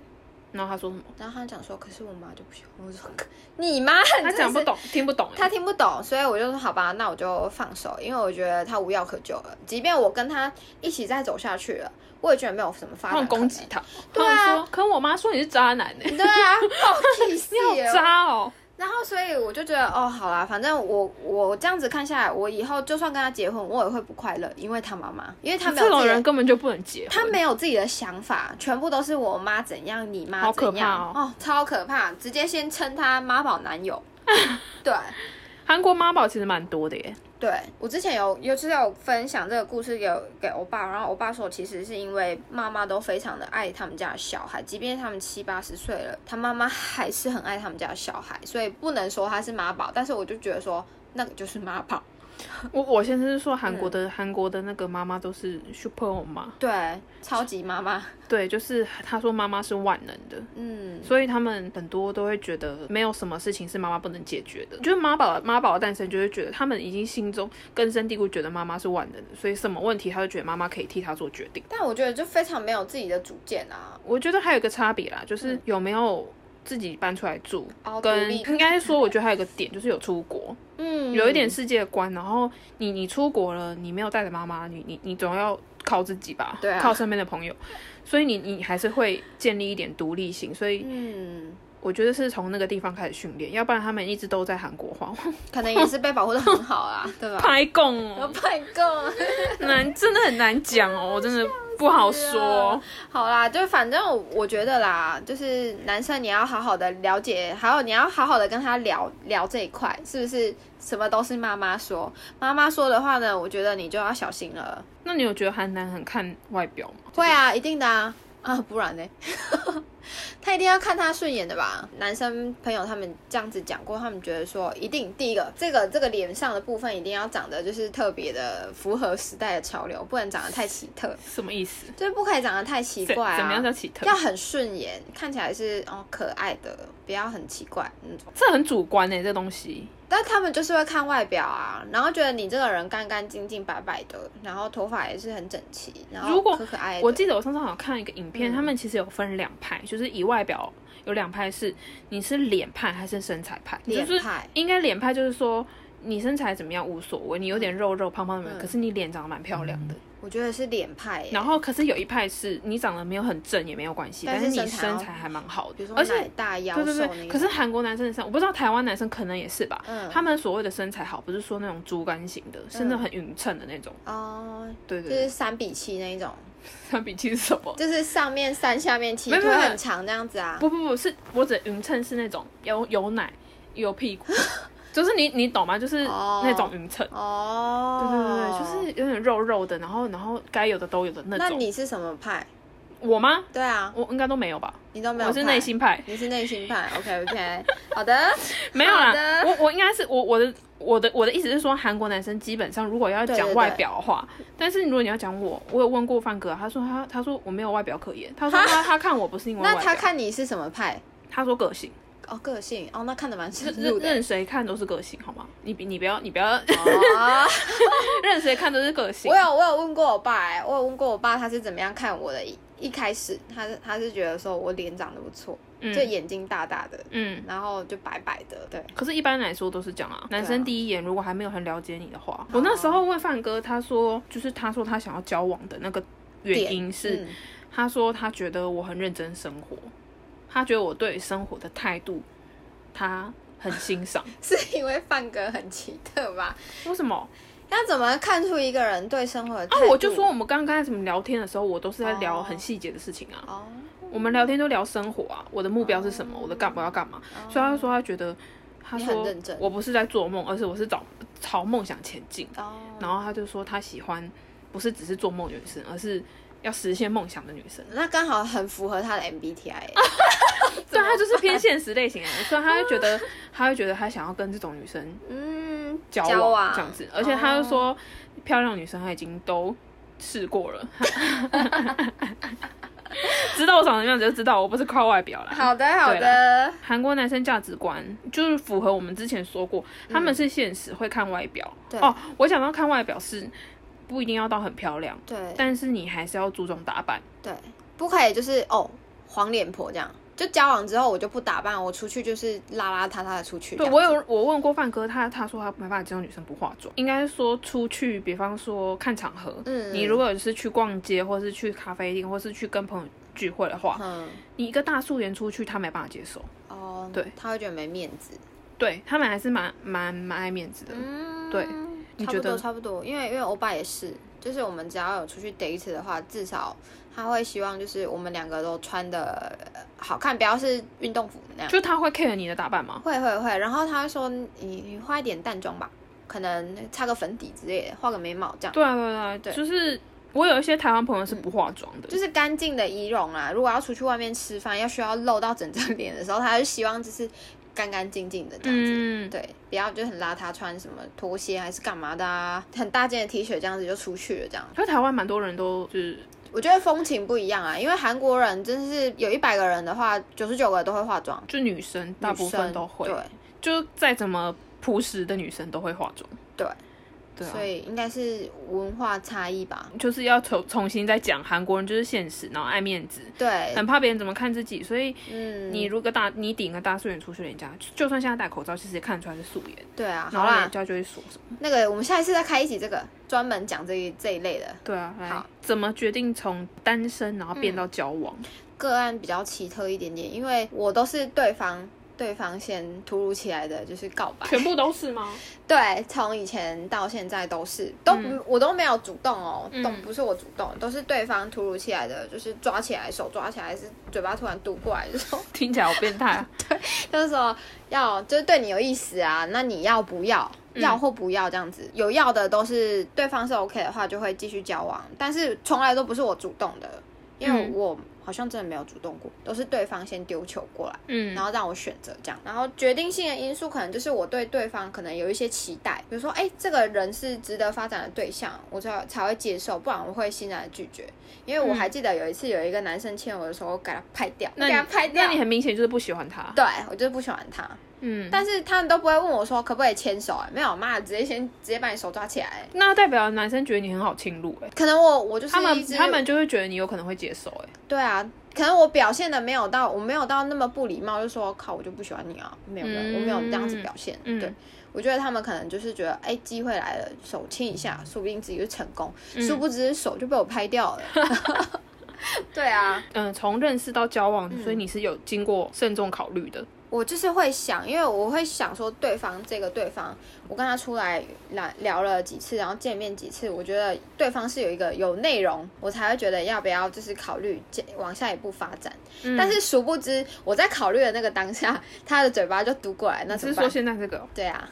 然后她说什么？然后他讲说，可是我妈就不喜欢。我说，你妈，她讲不，懂，听不懂、欸。他听不懂，所以我就说好吧，那我就放手，因为我觉得他无药可救了。即便我跟他一起再走下去了，我也觉得没有什么发她展。很攻击。她，对啊她很说，可我妈说你是渣男呢、欸对啊，好气死你好了。渣哦！然后，所以我就觉得，哦，好啦，反正我我这样子看下来，我以后就算跟他结婚，我也会不快乐，因为他妈妈，因为他没有这自种己的人根本就不能结婚。他没有自己的想法，全部都是我妈怎样，你妈好可怎怕样，哦超可怕，直接先称他妈宝男 友。对韩国妈宝其实蛮多的耶。 对，我之前有有就是有分享这个故事给我给欧巴，然后欧巴说，其实是因为妈妈都非常的爱他们家的小孩，即便他们七八十岁了，他妈妈还是很爱他们家的小孩，所以不能说他是妈宝，但是我就觉得说那个就是妈宝。我我先生是说韩国嗯的韩、国的那个妈妈都是 super 妈， 对，超级妈妈，对，就是他说妈妈是万能的，嗯，所以他们很多都会觉得没有什么事情是妈妈不能解决的。就是妈宝妈宝的诞生，就会觉得他们已经心中根深蒂固，觉得妈妈是万能的，所以什么问题他就觉得妈妈可以替他做决定。但我觉得就非常没有自己的主见啊，我觉得还有一个差别啦，就是有没有自己搬出来住，哦嗯独跟立 应该说，我觉得还有一个点就是有出国，嗯，有一点世界观。然后你你出国了，你没有带着妈妈，你你你总要靠自己吧，对啊靠身边的朋友，所以你你还是会建立一点独立性。所以嗯。我觉得是从那个地方开始训练，要不然他们一直都在韩 国话可能也是被保护的很好啦，对 吧？拍供哦，拜个，难真的很难 讲哦，我真的不好说。好啦，就反正我我觉得啦，就是男生你要好好的了解，还有你要好好的跟他聊聊这一块，是不是什么都是妈妈说，妈妈说的话呢，我觉得你就要小心了。那你有觉得韩男很看外表吗？会啊，一定的啊，啊，不然呢？ 他一定要看他顺眼的吧？男生朋友他们这样子讲过，他们觉得说，一定第一个，这个这个脸上的部分一定要长得就是特别的符合时代的潮流，不能长得太奇特，什么意思？就是不可以长得太奇怎怪啊。怎么样叫奇特要？很顺眼，看起来是哦可爱的，不要很奇怪那种。这很主观哎、这东西。但他们就是会看外表啊，然后觉得你这个人干干净净、白白的，然后头发也是很整齐，然后如果可可爱爱的。我记得我上次好像看一个影片，哎嗯他们其实有分两派，就是以外表有两派是你是脸派还是身材派，脸就是派应该脸派就是说。你身材怎么样无所谓，你有点肉肉胖胖的，嗯可是你脸长得蛮漂亮的。我觉得是脸派耶、然后可是有一派是你长得没有很正也没有关系，但但是是你身材身要材还蛮好比的如，说而且奶大腰对瘦那对对，一种。可是韩国男生的身，我不知道台湾男生可能也是吧。嗯他们所谓的身材好，不是说那种竹竿型的，是那种很匀称的那种。哦，对就对是 对，三比七那一种，相比起是什么？就是上面三下面七，没腿有没有很长这样子啊。不不不是，我指的匀称是那种有有奶有 屁股，就是你你懂吗？就是哦那种匀称。哦，对对对对，就是有点肉肉的，然后然后该有的都有的那那种。你是什么派？我吗？对啊，我应该都没有吧？你都没有。我是内，心派，你是内心派。OK OK，好的， 没有啦好的。我我应该是我我的我的我的意思是说，韩国男生基本上如果要对讲对外对表的话，但是如果你要讲我，我有问过范哥，他说他他说我没有外表可言，他说他他看我不是因为外那表，他看你是什么派？他说 个性，哦，个性哦，那看得蛮深任入的。任谁看都是个性，好吗？你你不要你不要 哦，任谁看都是个性我。有我有问过我爸、哎，我有问过我爸他是怎么样看我的一。一开始他是他是觉得说我脸长得不错，嗯就眼睛大大的，嗯，然后就白白的，对，可是，一般来说都是这样啊。男对生啊哦第一眼如果还没有很了解你的话，我那时候问范哥，他说就是他说他想要交往的那个原点因是，嗯 他说他觉得我很认真生活，他觉得我对生活的态度，他很 欣赏。是因为范哥很奇特吧？为什么？要怎么看出一个人对生活的啊态，度？我就说我们刚刚才怎么聊天的时候，我都是在聊哦很细节的事情啊。哦，我们聊天都聊生活啊，我的目标是什么，我的干嘛要干嘛。所以他就说他觉得，他哦你很说认真我不是在做梦，而是我是找朝梦想前进。哦，然后他就说他喜欢不是只是做梦女生，而是要实现梦想的女 生。那刚好很符合他的 MBTI，欸对，他就是偏现实类型的人，所以他会觉 得他会觉得他想要跟这种女生嗯，交往往这样子，而且他就哦说漂亮女生他已经都试过了。 知道我长什么样子就知道，我不是靠外表啦。好的好的，韩国男生价值观就是符合我们之前说过，他们是现实会看外表。嗯对哦，我想到看外表是不一定要到很漂亮，对但是你还是要注重打扮。对，不可以就是哦黄脸婆这样，就交往之后我就不打扮，我出去就是邋邋遢遢的出去这对样，我有我问过范哥，他他说他没办法接受女生不化妆，应该说出去，比方说看场合，嗯你如果是去逛街，或是去咖啡厅，或是去跟朋友聚会的话，嗯你一个大素颜出去，他没办法接受，哦，对，他会觉得没面子，对他们还是蛮蛮蛮爱面子的，嗯，对。你差觉不多得？差不多，因为因为欧巴也是，就是我们只要有出去 date 的话，至少他会希望就是我们两个都穿的好看，不要是运动服那样。就他会 care 你的打扮吗？会会会，然后他会说你你化一点淡妆吧，可能擦个粉底之类的，画个眉毛这样，对啊，对啊，对啊，就是我有一些台湾朋友是不化妆的，就是干净的仪容啊啦。如果要出去外面吃饭，要需要露到整张脸的时候，他就希望就是干干净净的这样子。嗯，对，不要就很邋遢，穿什么拖鞋还是干嘛的啊，很大件的 T 恤这样子就出去了，这样可是台湾蛮多人都就是我觉得风情不一样啊，因为韩国人真是有一百个人的话，九十九个都会化妆，就女生大部女分生都会，对，就再怎么朴实的女生都会化妆，对，对啊所。以应该是文化差异吧。就是要重重新再讲韩国人就是现实，然后爱面子，对，很怕别人怎么看自己，所以嗯，你如果大你顶个大素颜出去人家，就就算现在戴口罩，其实也看得出来是素颜，对啊，然好后人啦，家就会说什么？那个我们下一次再开一集这个专门讲这一这一类的对啊，来好嗯怎么决定从单身然后变到交往？个案比较奇特一点点，因为我都是对方对方先突如其来的就是告白，全部都 是吗？对，从以前到现在都是，都、不我都没有主动哦，都嗯不是我主动，都是对方突如其来的，就是抓起来，手抓起来，是嘴巴突然嘟过来，就说听起来好变态啊！就是说要就是对你有意思啊，那你要不要？嗯要或不要这样子，有要的都是对方是 OK 的话，就会继续交往，但是从来都不是我主动的，因为嗯我好像真的没有主动过，都是对方先丢球过来。嗯然后让我选择这样。然后决定性的因素可能就是我对对方可能有一些期待，比如说，哎，这个人是值得发展的对象，我才才会接受，不然我会欣然地拒绝。因为我还记得有一次有一个男生欠我的时候，我给他拍掉，嗯那我给他你拍掉那你。很明显就是不喜欢他。对，我就是不喜欢他，嗯，但是他们都不会问我说可不可以牵手、啊，没有，妈，直接先直接把你手抓起来。那代表男生觉得你很好侵入哎、可能我我就是他一们直他们就会觉得你有可能会接受哎、对啊，可能我表现的没有到，我没有到那么不礼貌，就说靠，我就不喜欢你啊，没有没有，我没有这样子表现。嗯对，我觉得他们可能就是觉得，哎、机会来了，手牵一下，说不定自己就成功，嗯殊不知手就被我拍掉 了。 对啊，嗯，从认识到交嗯往，所以你是有经过慎重考虑的。我就是会想，因为我会想说对方这个对方，我跟他出来聊聊了几次，然后见面几次，我觉得对方是有一个有内容，我才会觉得要不要就是考虑接往下一步发展。嗯但是殊不知我在考虑的那个当下，他的嘴巴就嘟过来，那你怎是么办说？现在这个哦？对啊，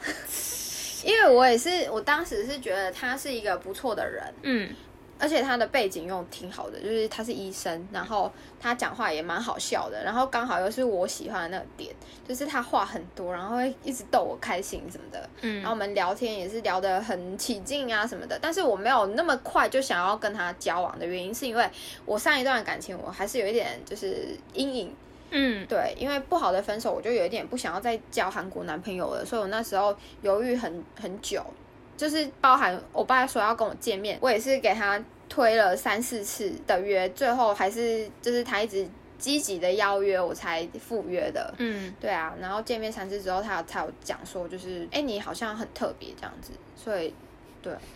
因为我也是，我当时是觉得他是一个不错的人，嗯而且他的背景又挺好的，就是他是医生，然后他讲话也蛮好笑的，然后刚好又是我喜欢的那个点，就是他话很多，然后会一直逗我开心什么的。嗯然后我们聊天也是聊得很起劲啊什么的，但是我没有那么快就想要跟他交往的原因，是因为我上一段感情我还是有一点就是阴影，嗯对，因为不好的分手，我就有一点不想要再交韩国男朋友了，所以我那时候犹豫很很久，就是包含我爸说要跟我见面，我也是给他推了三四次的约，最后还是就是他一直积极的邀约，我才赴约的。嗯，对啊，然后见面三次之后，他有才有讲说，就是哎、你好像很特别这样子，所以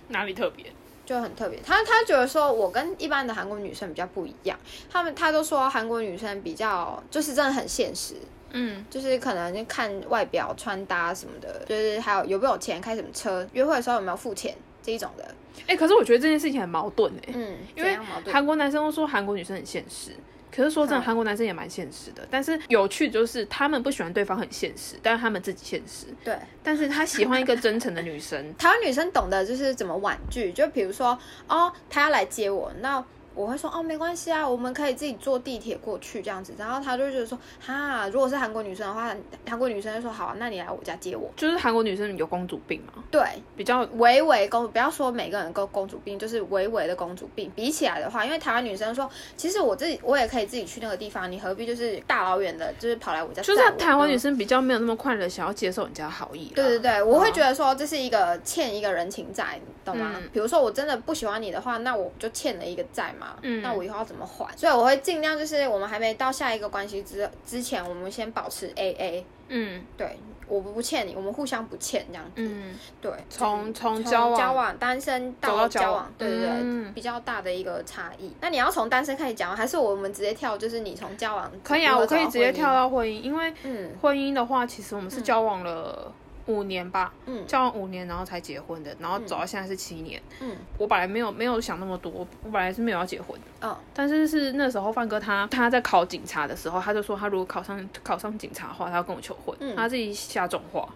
哪里特别？就很特别。他他觉得说我跟一般的韩国女生比较不一样，他们他都说韩国女生比较就是真的很现实，嗯就是可能看外表、穿搭什么的，就是还有有没有钱、开什么车、约会的时候有没有付钱这一种的。哎、可是我觉得这件事情很矛盾哎、嗯，因怎为样矛盾韩国男生都说韩国女生很现实，可是说真嗯的，韩国男生也蛮现实的。但是有趣就是他们不喜欢对方很现实，但是他们自己现实。对，但是他喜欢一个真诚的女生台湾女生懂得就是怎么婉拒，就比如说哦，他要来接我，那。我会说哦，没关系啊，我们可以自己坐地铁过去这样子。然后他就觉得说，哈，如果是韩国女生的话，韩国女生就说好、啊，那你来我家接我。就是韩国女生有公主病嘛，对，比较微微公，不要说每个人都公主病，就是微微的公主病。比起来的话，因为台湾女生说，其实我自己我也可以自己去那个地方，你何必就是大老远的，就是跑来我家载就我？是台湾女嗯。生比较没有那么快的想要接受人家的好意啦。对对对，我会觉得说这是一个欠一个人情债，你懂吗？嗯比如说我真的不喜欢你的话，那我就欠了一个债嘛，嗯那我以后要怎么还？所以我会尽量就是我们还没到下一个关系之之前，我们先保持 A A，嗯对，我不欠你，我们互相不欠这样子，嗯，对，从从从交往交往单身走到到交交往往，对对对，嗯比较大的一个差异。那你要从单身开始讲吗，还是我们直接跳？就是你从交往可以啊，如何我走可以到直接婚姻跳。到婚姻，因为嗯婚姻的话，其实我们是交往了五年吧，嗯交往五年然后才结婚的，然后走到现在是七年。嗯我本来没有没有想那么多，我本来是没有要结婚，嗯但是是那时候范哥他他在考警察的时候，他就说他如果考上考上警察的话，他要跟我求婚，嗯他自己下重 话。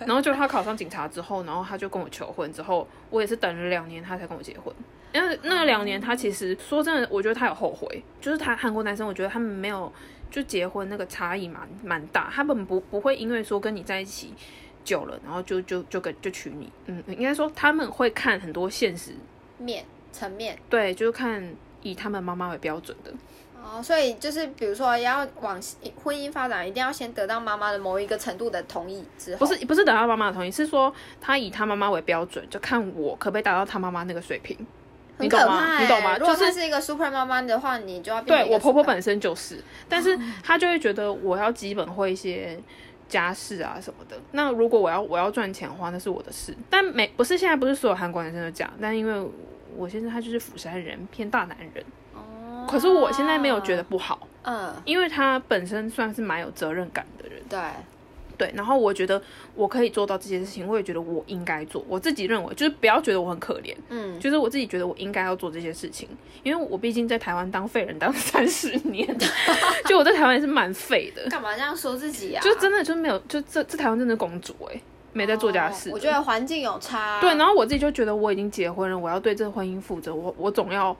然后就他考上警察之后，然后他就跟我求婚，之后我也是等了两年他才跟我结婚。因为那两年他其实说真的，我觉得他有后悔，就是他韩国男生，我觉得他们没有就结婚那个差异蛮蛮大，他们不不会因为说跟你在一起久了，然后就就就跟就娶你，嗯，应该说他们会看很多现实，面层面对，就是看以他们妈妈为标准的，哦，所以就是比如说要往婚姻发展，一定要先得到妈妈的某一个程度的同意之后，不是不是得到妈妈的同意，是说他以他妈妈为标准，就看我可不可以达到他妈妈那个水平。很你可懂吗怕欸、你懂吗如果就是她是一个 super 妈妈的话，你就要变成对一个我婆婆 super- 本身就是，但是她就会觉得我要基本会一些家事啊什么的。那如果我要我要赚钱的话，那是我的事。但每不是现在不是所有韩国男生都这样，但因为我现在他就是釜山人，偏大男人。哦可是我现在没有觉得不好，嗯因为他本身算是蛮有责任感的人。对对，然后我觉得我可以做到这件事情，我也觉得我应该做，我自己认为就是不要觉得我很可怜，嗯就是我自己觉得我应该要做这些事情，因为我毕竟在台湾当废人当 三十年，就我在台湾也是蛮废的，干嘛这样说自己呀、啊？呃就真的就没有，就这这台湾真的是公主哎、没在做家事的、哦我觉得环境有差啊、对，然后我自己就觉得我已经结婚了，我要对这个婚姻负责，我我总要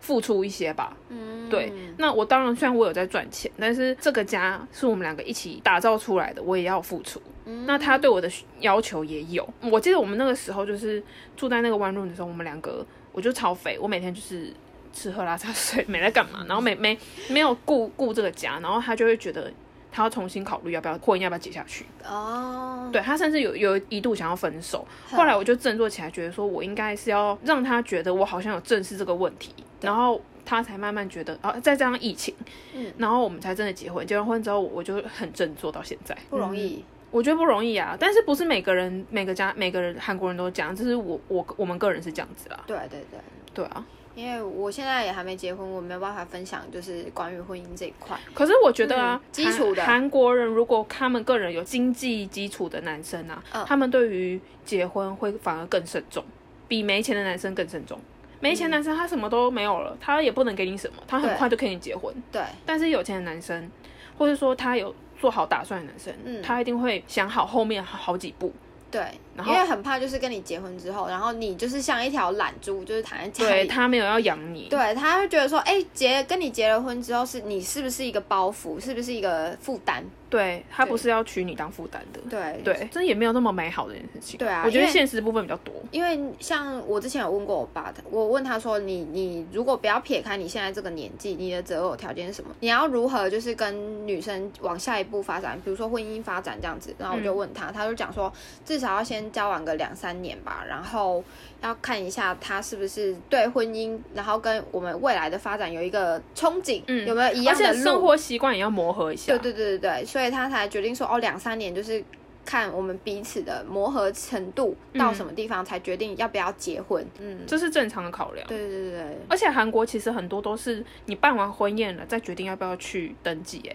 付出一些吧，嗯对，那我当然虽然我有在赚钱，但是这个家是我们两个一起打造出来的，我也要付出。嗯那他对我的需要求也有。我记得我们那个时候就是住在那个 one room 的时候，我们两个我就超肥，我每天就是 吃喝拉撒睡，没在干嘛，然后没没没有顾顾这个家，然后他就会觉得他要重新考虑要不要婚姻要不要结下去。哦，对他甚至有有一度想要分手，后嗯来我就振作起来，觉得说我应该是要让他觉得我好像有正视这个问题，然后他才慢慢觉得啊，再加上疫情，嗯，然后我们才真的结婚。结完婚之后，我就很振作到现在，嗯不容易。我觉得不容易啊。但是不是每个人、每个家、每个人韩国人都这样，这是我我我们个人是这样子啦。对对对，对啊，因为我现在也还没结婚，我没有办法分享就是关于婚姻这一块。可是我觉得啊，嗯基础的韩韩国人如果他们个人有经济基础的男生啊，嗯他们对于结婚会反而更慎重，比没钱的男生更慎重。没嗯钱的男生他什么都没有了，他也不能给你什么，他很对快就跟你结婚。对，但是有钱的男生，或者说他有做好打算的男生，嗯他一定会想好后面好几步。对，然因后为很怕就是跟你结婚之后，然后你就是像一条懒猪，就是躺在家对里。他没有要养你，对他会觉得说，哎、结跟你结了婚之后是，你是不是一个包袱，是不是一个负担？对他不对是要娶你当负担的。对，对，这也没有那么美好的一件事情。对啊我觉得因为现实部分比较多。因为像我之前有问过我爸的，我问他说你你如果不要撇开你现在这个年纪，你的择偶条件是什么？你要如何就是跟女生往下一步发展，比如说婚姻发展这样子。然后嗯我就问他，他就讲说至少要先交往个两三年吧，然后要看一下他是不是对婚姻，然后跟我们未来的发展有一个憧憬，嗯有没有一而样的且路？生活习惯也要磨合一下。对对对对对，所以他才决定说，哦，两三年就是看我们彼此的磨合程度到什么地方，才决定要不要结婚。嗯，这是正常的考量。对对对对而且韩国其实很多都是你办完婚宴了，再决定要不要去登记。哎，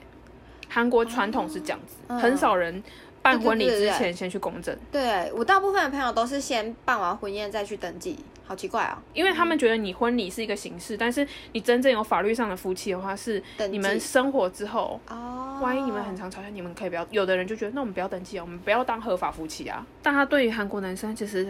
韩国传统是这样子，嗯很少人办婚礼对对之对对前先去公证，对，我大部分的朋友都是先办完婚宴再去登记，好奇怪哦。因为他们觉得你婚礼是一个形式，但是你真正有法律上的夫妻的话，是登记你们生活之后。哦，万一你们很常吵架，你们可以不要。有的人就觉得，那我们不要登记啊，我们不要当合法夫妻啊。但他对于韩国男生其实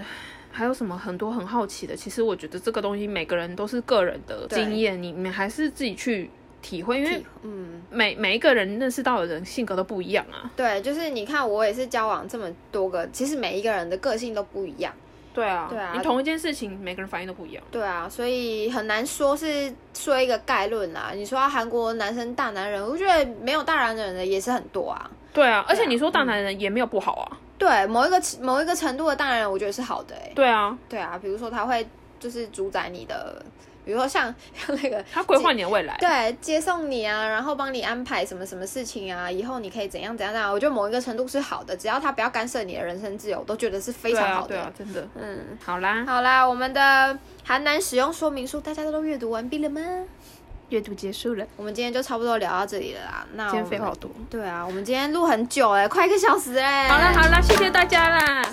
还有什么很多很好奇的。其实我觉得这个东西每个人都是个人的对经验，你们还是自己去体会，因为体嗯。每每一个人认识到的人性格都不一样啊。对，就是你看，我也是交往这么多个，其实每一个人的个性都不一样，对啊，对啊你同一件事情，每个人反应都不一样。对啊，所以很难说是说一个概论啦。你说韩国男生大男人，我觉得没有大男人的也是很多啊。对啊，而且你说大男人也没有不好啊。对某一个某一个程度的大男人，我觉得是好的、欸。对啊，对啊，比如说他会就是主宰你的，比如说像像那个 他规划你的未来。对接送你啊，然后帮你安排什么什么事情啊，以后你可以怎样怎样怎样。我觉得某一个程度是好的，只要他不要干涉你的人生自由，我都觉得是非对常啊好，的。对啊，真的。嗯，好啦，好啦，我们的韩南使用说明书大家都阅读完毕了吗？阅读结束了，我们今天就差不多聊到这里了啦。那今我天们废话好多。欸对啊，我们今天录很久哎、快一个小时哎、好啦好啦，谢谢大家啦。哦